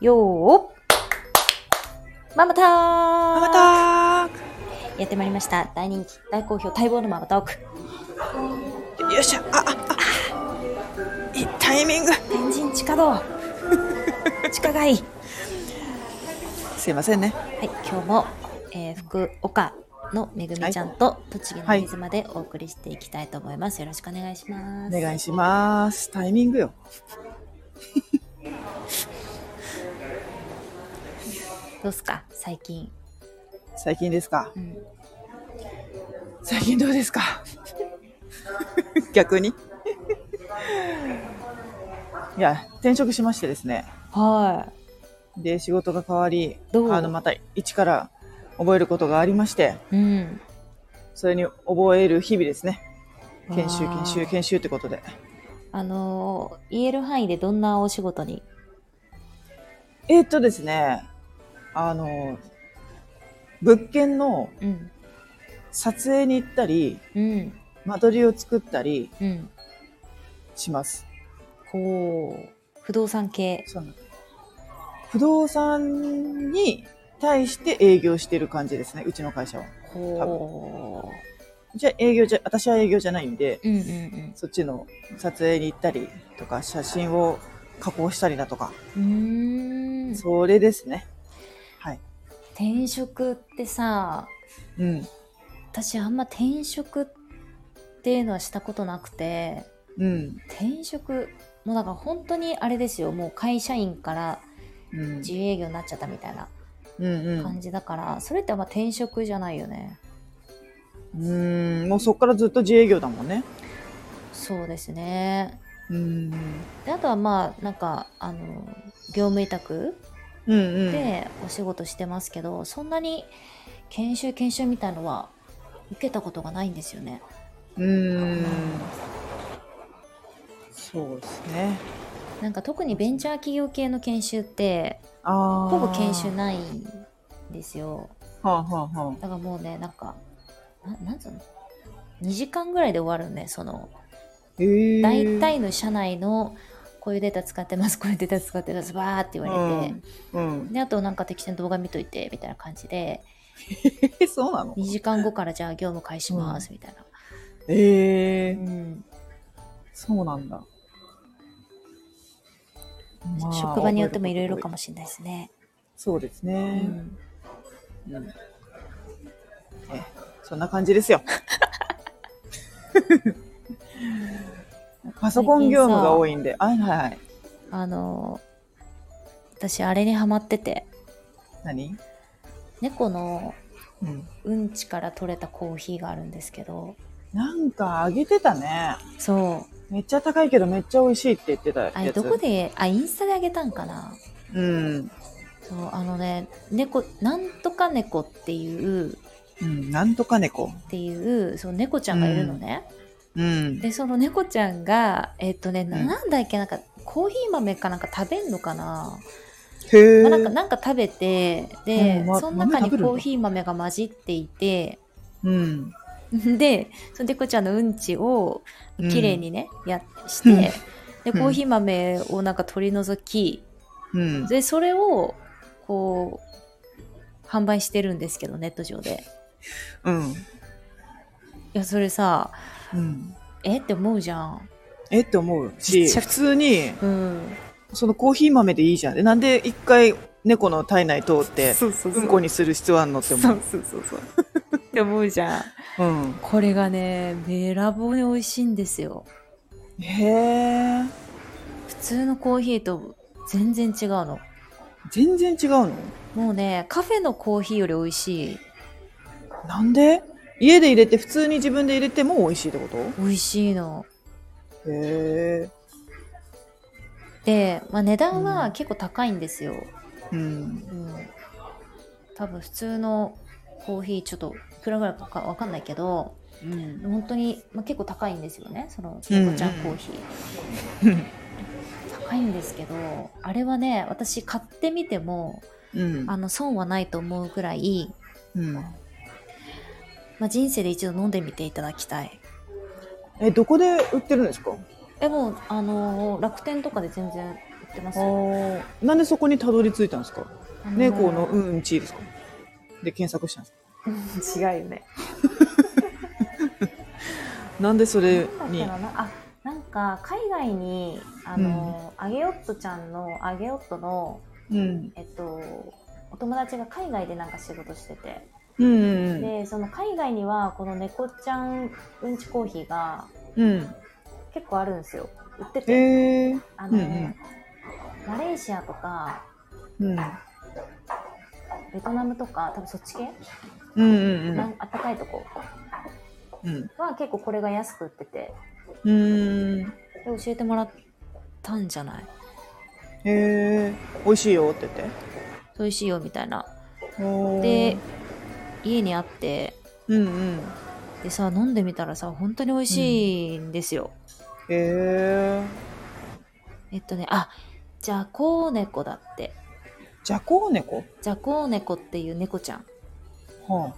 よーママターマまたやってまいりました。大人気、大好評、待望のママターク。ーよっしゃあああいいタイミング天神地下 道。地下街。すいませんねはい、今日も、えー福岡のめぐみちゃんと、栃木のはい水までお送りしていきたいと思います。よろしくお願いしまおす。願いしますタイミングよどうすか最近。最近ですかうん。最近どうですか 逆に いや転職しましてですねはで仕事が変わりどうあのまた一から覚えることがありましてい。うん。それに覚える日々ですね研修わー研修研修ってことであのー言える範囲でどんなお仕事にえーっとですね、あの、物件のうん。撮影に行ったり、うん。間取りを作ったりうん。します。こう、不動産系。そうなんです不動産に対して営業してる感じですね、うちの会社は。ほじゃあ営業じゃ、私は営業じゃないんで、う。うんうんうん。そっちの撮影に行ったりとか、写真を加工したりだとか、うーんそれですね。はい。転職ってさうん。私あんま転職っていうのはしたことなくてうん。転職もうだから本当にあれですよもう会社員からうん。自由営業になっちゃったみたいなうん、うん。感じだから、それってあんま転職じゃないよねうーん。もうそっからずっと自営業だもんね。そうですねうん。であとはまあなんかあの業務委託うんうん。でお仕事してますけど、そんなに研修研修みたいのは受けたことがないんですよねうーん。そうですね。なんか特にベンチャー企業系の研修ってああ。ほぼ研修ないんですよはあはあはあ。だからもうねなんかななんつうの2時間ぐらいで終わるねそのえー大体の社内のこういうデータ使ってますこういうデータ使ってますわーって言われて、うん。であとなんか適当に動画見といてみたいな感じでえ、そうなの2時間後からじゃあ業務開始しますみたいな、ええうー、んそうなんだ。まあ職場によってもいろいろかもしれないですね、そうですうん、ね。うんえそんな感じで すよ。パソコン業務が多いんで。はいはいはい。あの私あれにハマってて何猫のうん。うんちから取れたコーヒーがあるんですけどなんかあげてたね。そうめっちゃ高いけどめっちゃ美味しいって言ってたやつ。あれどこであインスタであげたんかなうん。そうあのね猫なんとか猫っていううん。なんとか猫。っていうその猫ちゃんがいるのね、うん。でその猫ちゃんがえっとね、んなんだっけなんかコーヒー豆かなんか食べんのかな、へまえ。あなんかなんか食べてで、うんまその中豆に食べるんだコーヒー豆が混じっていてうん。でその猫ちゃんのうんちをうん綺麗にね、やして、でコーヒー豆をなんか取り除き、うん。でそれをこう販売してるんですけどネット上でうん。いやそれさうん。えって思うじゃんえって思うめし、っちゃ普通に、うんそのコーヒー豆でいいじゃん。でなんで一回猫の体内通って、そうそううそうんこにする必要あんのってそう思。そううそうそうって思うじゃんうん。これがねべらぼうに美味しいんですよへえ。普通のコーヒーと全然違うの全然違うのもうねカフェのコーヒーより美味しいなんで家で入れて、普通に自分で入れても美味しいってこ美味しいのとへえ。で、まあ、値段うはん結構高いんですよ、うん。うん、多分普通のコーヒーちょっといくらぐらいかわかんないけどうん。本当に、まあ、結構高いんですよねそのうん猫ちゃんコーヒうー、ん高いんですけどあれはね私買ってみてもうんあ。の損はないと思うぐらい、うん。まあ、人生で一度飲んでみていただきたいえ、どこで売ってるんですかえもうあのー楽天とかで全然売ってます。ああ。なんでそこにたどり着いたんですかあの猫のうんちですかで検索したんです か違うよね。 なんでそなれんだにっけななあなんか海外にあの、アゲオットちゃんのアゲオットのうんえっとお友達が海外でなんか仕事してて、うんうんでその海外にはこの猫ちゃんうんちコーヒーがうん結構あるんですよ売ってて、へえあの、うんうんマレーシアとかうんベトナムとか多分そっち系、うんうなんん、あったかいとこうんは結構これが安く売っててうんうんで教えてもらったんじゃないへえ美味しいよって言っ美味しいよみたいなておーで家にあってうんうんでさ飲んでみたらさ本当に美味しいんですよ、へええっとねあじゃこう猫だってじゃこう猫じゃこう猫っていう猫ちゃんはあ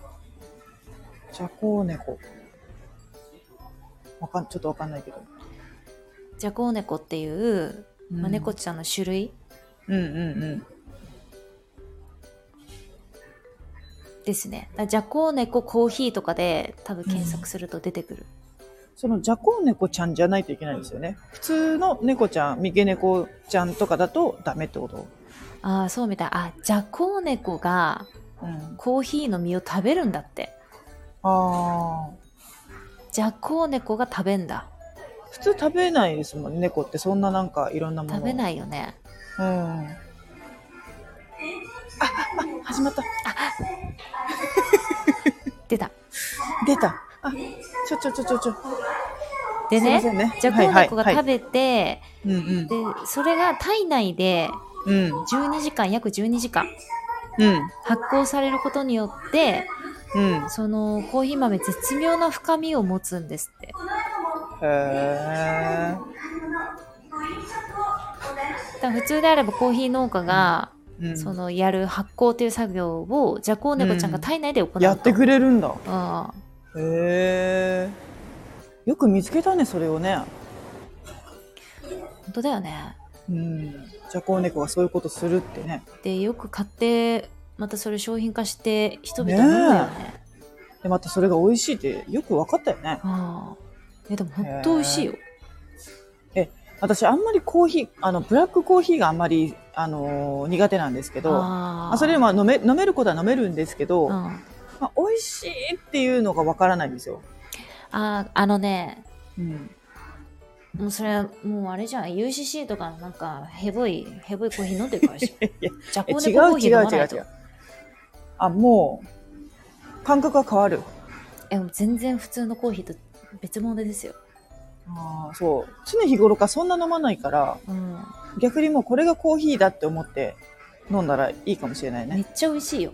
じゃこう猫わかんちょっとわかんないけど、じゃこう猫っていう、うんまあ、猫ちゃんの種類うんうんうんですねじゃこう猫コーヒーとかで多分検索すると出てくる、そのジャコウネコちゃんじゃないといけないんですよね。普通の猫ちゃん、三毛猫ちゃんとかだとダメってこと。ああそうみたいあじゃこう猫がうん、コーヒーの実を食べるんだってああ、じゃこう猫が食べんだ普通食べないですもんね。猫ってそんななんかいろんなもの。食べい。ないよねうん。あ、あ、始まった。出た出た。あ、ちょちょちょちょちょ。ですいまねせんね。じゃこう猫がはいは食いべて、はい、うんでそれが体内でうん。 12時間約12時間うん。発酵されることによってうん。うん。そのコーヒー豆絶妙な深みを持つんですってへだから普通であればコーヒー農家が、え。うん。そのやる発酵という作業をジャコウネコちゃんが体内で行うと、やってくれるんだ。うんへえ。よく見つけたね、それをね。本当だよねうん、ジャコウネコがそういうことするってね。でよく買ってまたそれ商品化して人々飲んだよねで、またそれが美味しいってよく分かったよね。うんえでも本当美味しいよ、私、あんまりコーヒー、あの、ブラックコーヒーがあんまり、あのー苦手なんですけど、あまあそれでも、も飲め、飲めることは飲めるんですけど、うん、まああ、美味しいっていうのが分からないんですよ。ーあのねうん。もうそれはもうあれじゃん UCC とかのなんかヘボいヘボいコーヒー飲んでるからでし ょジャえコウネ違ココーうヒ違ーう飲ま違ないう違とう。あ、もう、感覚が変わる。えもう全然普通のコーヒーと別物ですよ、あーそう。常日頃からそんな飲まないから、うん、逆にもうこれがコーヒーだって思って飲んだらいいかもしれないめね。っちゃ美味しいよ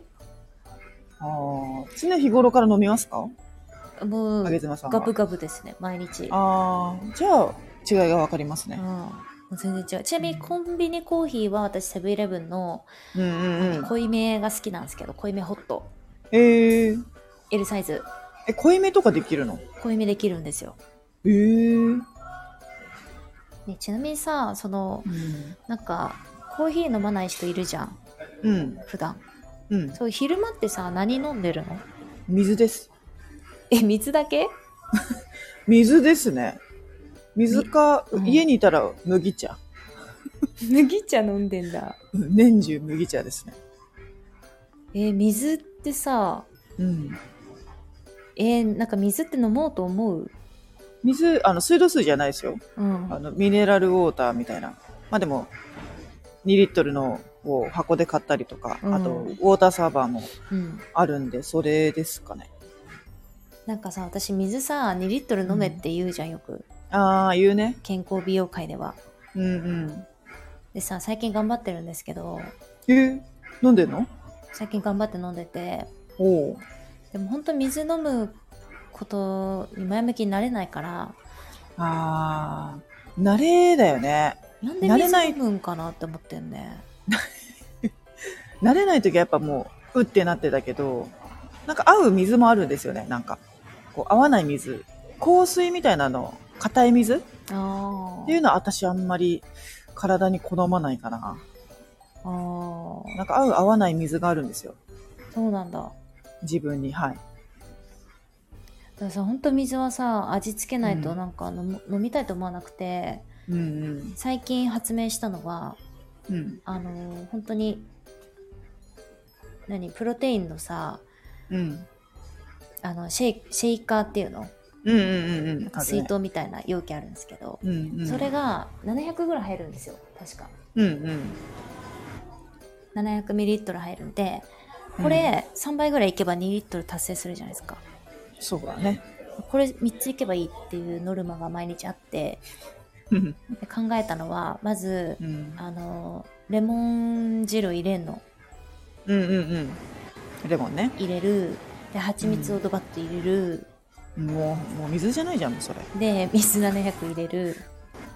あー常日頃から飲みますかもあげうずまさんはガブガブですね毎日ああ、じゃあ違いがわかりますうんね。もう全然違うちなみにコンビニコーヒーは私セブンイレブンのうんうんうん。濃いめが好きなんですけど濃いめホットえー、 L サイズえ、濃いめとかできるの濃いめできるんですよ、えー。ね、ちなみにさそのうん。なんかコーヒー飲まない人いるじゃんうん。普段うん。そう昼間ってさ何飲んでるの水です。え水だけ水ですね。水か、みうん家にいたら麦茶。 麦茶飲んでんだうん年中麦茶ですね。え水ってさうん。えーなんか水って飲もうと思う水、あの、水道水じゃないですよ。うんあの、ミネラルウォーターみたいな。まあでも、2リットルのを箱で買ったりとか、うんあと、ウォーターサーバーもうんあるんで、それですかね。なんかさ私水さ2リットル飲めって言うじゃんよくああ、言うね。健康美容界ではうんうん。でさ最近頑張ってるんですけどえー飲んでんの最近頑張って飲んでておうでも本当水飲むことに前向きになれないからあー慣れだよねなんでなれな水い飲むんかなって思ってんね慣れない時はやっぱもううってなってたけどなんか合う水もあるんですよねなんかこう合わない水香水みたいなの硬い水っあていうのは私あんまり体に好まないかな。あーなんか合う合わない水があるんですよ。そうなんだ。自分に。はい。だからさ、本当水はさ、味付けないうとんなんか飲,、飲みたいと思わなくて、うん最近発明したのは、うん。うん。あのー本当に、何、プロテインのさ、うん。あのシェイシェイカーっていうのうんうんうんうん。あるね水。筒みたいな容器あるんですけど、うんうん。それが 700g 入るんですよ確かうんうん。 700ml 入るんでこれ3倍ぐらいいけば2リットル達成するじゃないですかそうだね。これ3ついけばいいっていうノルマが毎日あってうん。で考えたのはまずうんあのレモン汁入れんのうんうんうん。レモンね。入れるで蜂蜜をドバッと入れる、もう、もう水じゃないじゃん、もうそれ。で水700入れる、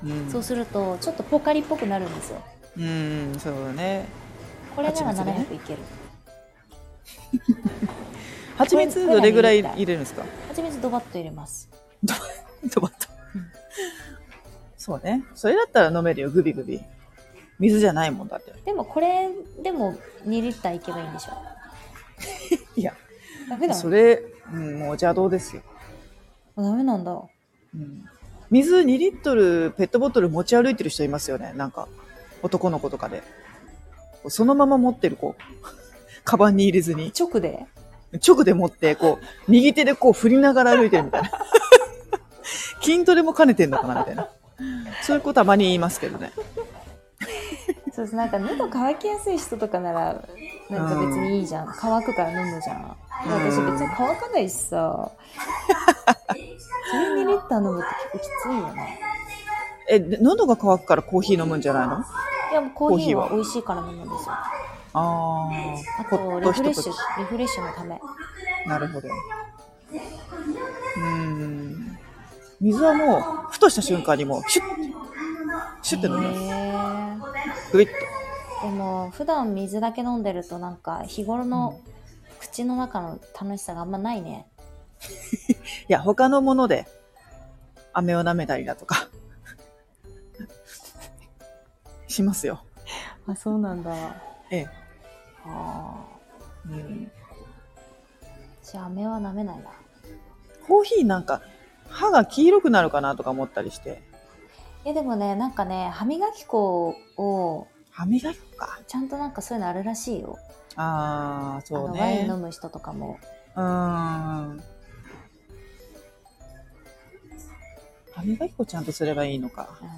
うん。そうするとちょっとポカリっぽくなるんですようん、そうだね。これなら蜂蜜でね700いける蜂蜜どれぐらい入れるんですか蜂蜜ドバッと入れますドバッとうん。そうね。それだったら飲めるよ、グビグビ。水じゃないもんだって。でもこれでも2リッターいけばいいんでしょいや、ダメだそれ、うん、もう邪道ですよ。あダメなんだうん、水2リットルペットボトル持ち歩いてる人いますよねなんか男の子とかでそのまま持ってる子 カバンに入れずに直で直で持ってこう右手でこう振りながら歩いてる みたいな筋トレも兼ねてんのかなみたいなそういう子たまに言いますけどねそうですなんか喉乾きやすい人とかならなんか別にいいじゃん、乾くから飲むじゃんうん私別に乾かないしさそれ2リッター飲むって結構きついよねえで喉が渇くからコーヒー飲むんじゃないのいやもうコーヒーコーはヒーは美味しいから飲むんですよあああとリフレッシュリフレッシュのためなるほどうーん水はもうふとした瞬間にもうシュッシュッて飲むへグイッと。えでも普段水だけ飲んでるとなんか日頃の口の中の楽しさがあんまないね、いや、他のもので、飴を舐めたりだとか、しますよ。あそうなんだあええ。あうん、じゃあ飴は舐めないなコーヒーなんか、歯が黄色くなるかなとか思ったりして、えでもねなんかね歯磨き粉を歯磨き粉か。ちゃんとなんかそういうのあるらしいよ、あー、あそうのワインね飲。む人とかもうーん。歯磨き粉ちゃんとすればいいのか。うん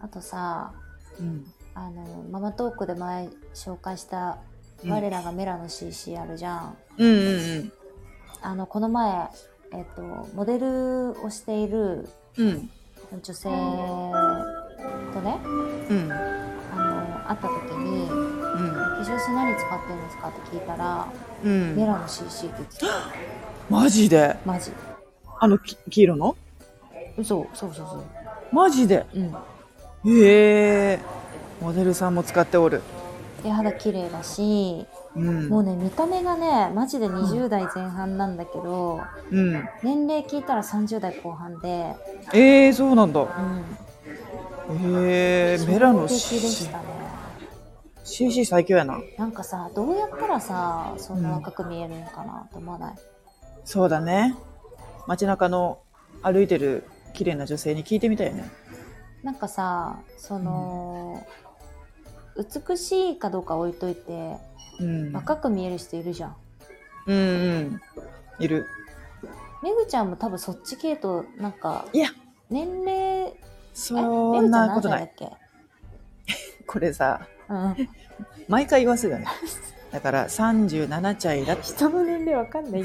あとさうん。あのママトークで前紹介した「我らがメラの CC あるじゃん」うんうんあのこの前、えっと、モデルをしているうん。うん。女性とねうん。あの会った時に「化粧水何使ってるんですか?」って聞いたらうん。うメん。ラの CC って言ってたマジでマジあの、き黄色の嘘そうそうそマジでううんへえモデルさんも使っておる、で肌綺麗だし、うん、もうね見た目がねマジで20代前半なんだけどうん、年齢聞いたら30代後半でええそうなんだうんへえメラの衝撃でし CC たね CC 最強やななんかさどうやったらさそんな若く見えるのかなって思わない、そうだね街中の歩いてる綺麗な女性に聞いてみたいよねなんかさその、美しいかどうか置いといてうん若く見える人いるじゃんうんうんいるめぐちゃんも多分そっち系となんかいや年齢えそめぐんちゃんな何こと歳なだっいけこれさうん、毎回言わ せるよねだから37チャイだって人の年齢わかん ない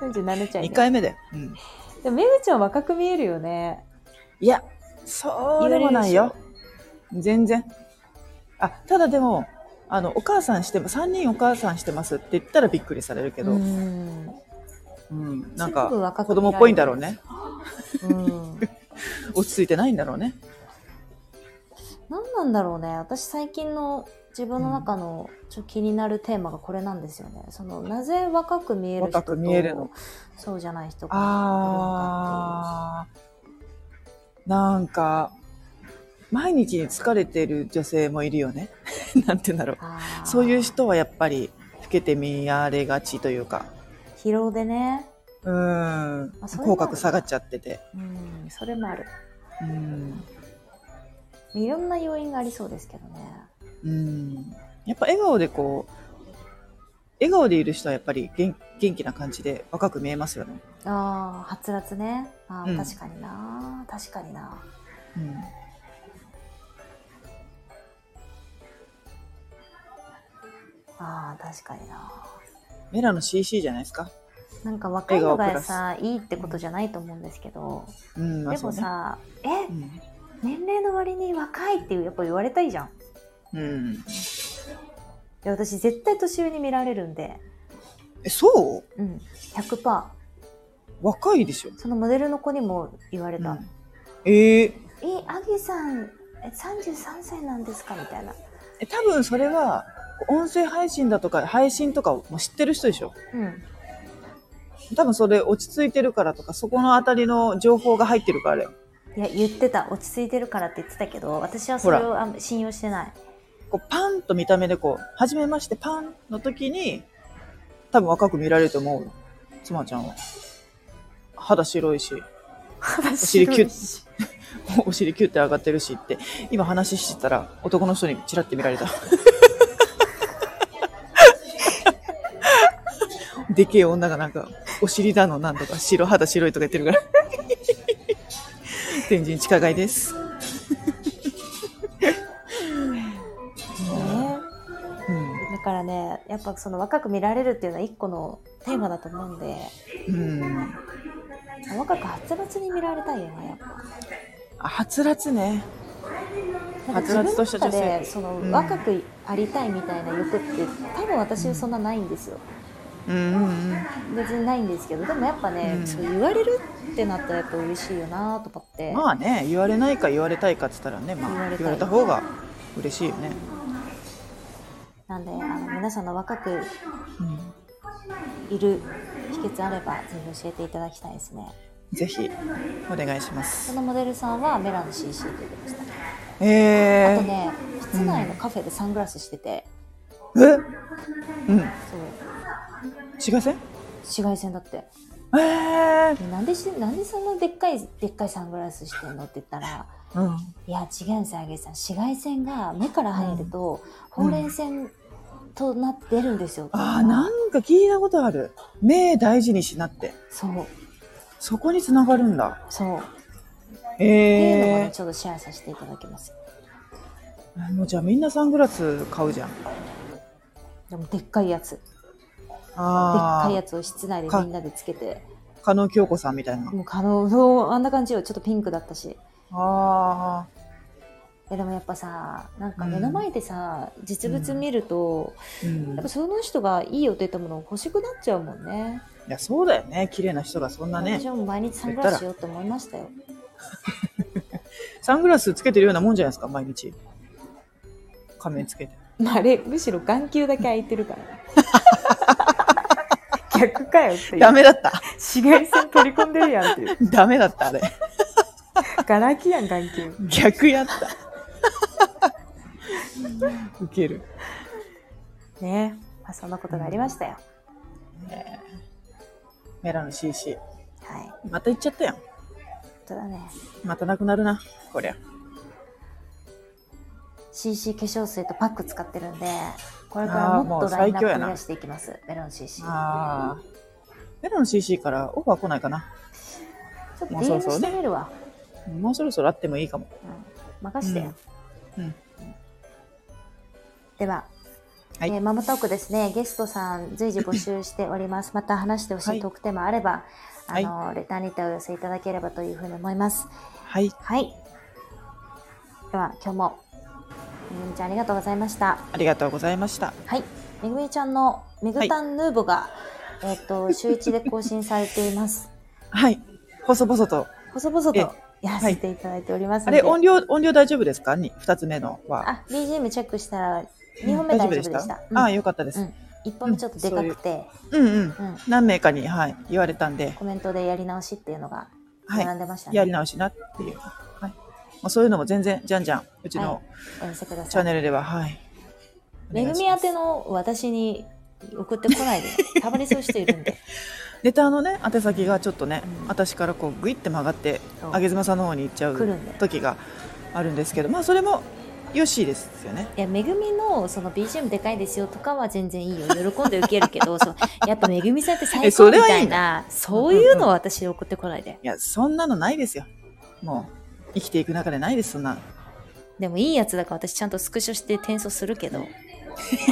37ちゃん2回目で、うん、でもめぐちゃん若く見えるよねいや、そうでもないよ。全然。あ、ただでも、あの、お母さんして、3人お母さんしてますって言ったらびっくりされるけど、ううん、んなんすぐ若か、く子供っぽいんだろうね。うん落ち着いてないんだろうね。何なんだろうね私最近の自分の中のちょっと気になるテーマがこれなんですよね。そのなぜ若く見える人若とく見えるのそうじゃない人がいるのかあーなんか毎日に疲れてる女性もいるよね なんて言うんだろうっていうあー。そういう人はやっぱり老けて見られがちというか疲労でね。うーんあそれもある口角下がっちゃっててうん、それもある。うんいろんな要因がありそうですけどね。うんやっぱ笑顔でこう笑顔でいる人はやっぱり元元気な感じで若く見えますよね、ああ、はつらつね。ああ、うん確かにな。確かにな。うん、ああ、確かにな。メラの CC じゃないですかなんか若いの笑が顔プさ、いいってことじゃないと思うんですけど、うんまあでそうもねさ、え、年齢の割に若いっていうやっぱ言われたいじゃん。いうん、うん、や私絶対年上に見られるんで、えそううん、100%。若いでしょ、そのモデルの子にも言われた。うんえーえ、アギさん、え33歳なんですかみたいな。え多分それは音声配信だとか配信とかをもう知ってる人でしょうん。多分それ落ち着いてるからとかそこのあたりの情報が入ってるからよいや、言ってた。落ち着いてるからって言ってたけど、私はそれをあんま信用してない。こうパンと見た目でこう初めましてパンの時に多分若く見られると思う妻ちゃんは肌白いし話尻キュッ お尻キュッて上がってるしって今話してたら男の人にチラッて見られた でけえ女がなんかお尻だのなんとか白肌白いとか言ってるから 天神地下街です、ね。うんだからね、やっぱその若く見られるっていうのは一個のテーマだと思うんで、うん、若くはつらつに見られたいよな、やっぱ。あはつらつねなんか自分の中でそのうん若くありたいみたいな欲って多分私はそんなないんですようんうんうん別にないんですけどでもやっぱね、うんそう言われるってなったらやっぱ嬉しいよなと思って、まあね言われないか言われたいかって言ったらね、ま言わあ、れたい言われた方が嬉しいよね、なんであの皆さんの若くうんいる秘訣あればぜひ教えていただきたいですねぜひお願いしますそのモデルさんはメラの CC ということでしたあえとね室内のカフェでサングラスしてて、ー、えうんそう紫外線紫外線だってえー、でなんでしなんでそんなでっかいでっかいサングラスしてんのって言ったらうんいや違うんですよ、あげさん。紫外線が目から入ると、うほんうれい線となってるんですよ。あーなんか聞いたことある目大事にしなってそう、そこにつながるんだそう。っていうのもね、えちょっとシェアさせていただきます。ー、もうじゃあみんなサングラス買うじゃんでも、でっかいやつ。でっかあいやあつを室内でかみんなでつけて。加納京子さんみたいなもう可能、そうあんな感じよ。ちょっとピンクだったし。あえでもやっぱさ、なんかうん目の前でさ、実物見ると、ー、うやん、っいぱその人がいいよって言ったものを欲しくなっちゃうもんね。やそうだよね綺麗な人がそんなね私はもう毎日サングラスしようと思いましたよ。サングラスつけてるようなもんじゃないですか、毎日。仮面つけて。まあ、あれむしろ眼球だけ空いてる からね逆かよっていうダメだった。 紫外線取り込んでるやんっていうダメだった、あれ。ガラキやん眼球逆やった。 ウケる。ねまあ、そんなことがありましたよ、メラの CC。はい本また行っちゃったやん。当だねまたなくなるな、こりゃ。 CC 化粧水とパック使ってるんでこれからもっとあーもうライン最ナ強ッやプな増やしていきますメロン CC ちょああ。メラの CC からオファー来ないかな。っともうそろ DM そろしねてみるわ、もうそろそろあってもいいかも。うん、任して、うんうんでははいえーママトークですね、ゲストさん随時募集しております。また話してほしはいいトークテーマあれば、あの、はレターにてお寄せいただければというふうに思います。はい。はい。では、今日も、めぐみちゃんありがとうございました。ありがとうございました。はい。めぐみちゃんのめぐたんヌーボが、えっ、と、週一で更新されてい ます。はい。細々と。細々とえやらせていただいておりますあので、れ、音量、音量大丈夫ですかに二つ目のは。あ、BGM チェックしたら2本目大丈夫でしたうんああ、よかったです。うん1本目ちょっとでかくて、うんうん。うん何名かに、はい、言われたんで、コメントでやり直しっていうのがはい並んでましたね、やり直しなっていう。はい。まあ、そういうのも全然、じゃんじゃん、うちはのお寄せくだチャさンいネルでは、はい。めぐみ宛ての私に送ってこない でたまにそういう人いるんでレターのね、宛先がちょっとね、うん私からこう、ぐいって曲がって、そうあげずまさんの方に行っちゃ来るうんだよ時があるんですけど、まあ、それも、よしですよね。いやめぐみのその BGM でかいですよとかは全然いいよ喜んで受けるけどそうやっぱめぐみさんってえ最そ高みれはいいたいなそういうのは私に送ってこないで、いや、そんなのないですよ。もう、生きていく中でないです、そんな。でもいいやつだから私ちゃんとスクショして転送するけどこ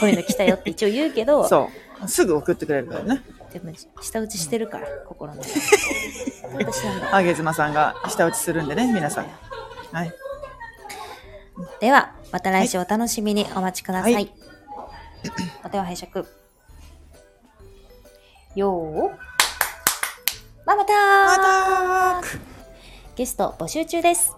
ういうの来たよって一応言うけどそう。すぐ送ってくれるからね。でも下打ちしてるから心 の中で私なんだあげずまさんが下打ちするんでね、皆さん。はい。ではまた来週お楽しみにお待ちください、はお手を拝借よーまあまたまたーゲスト募集中です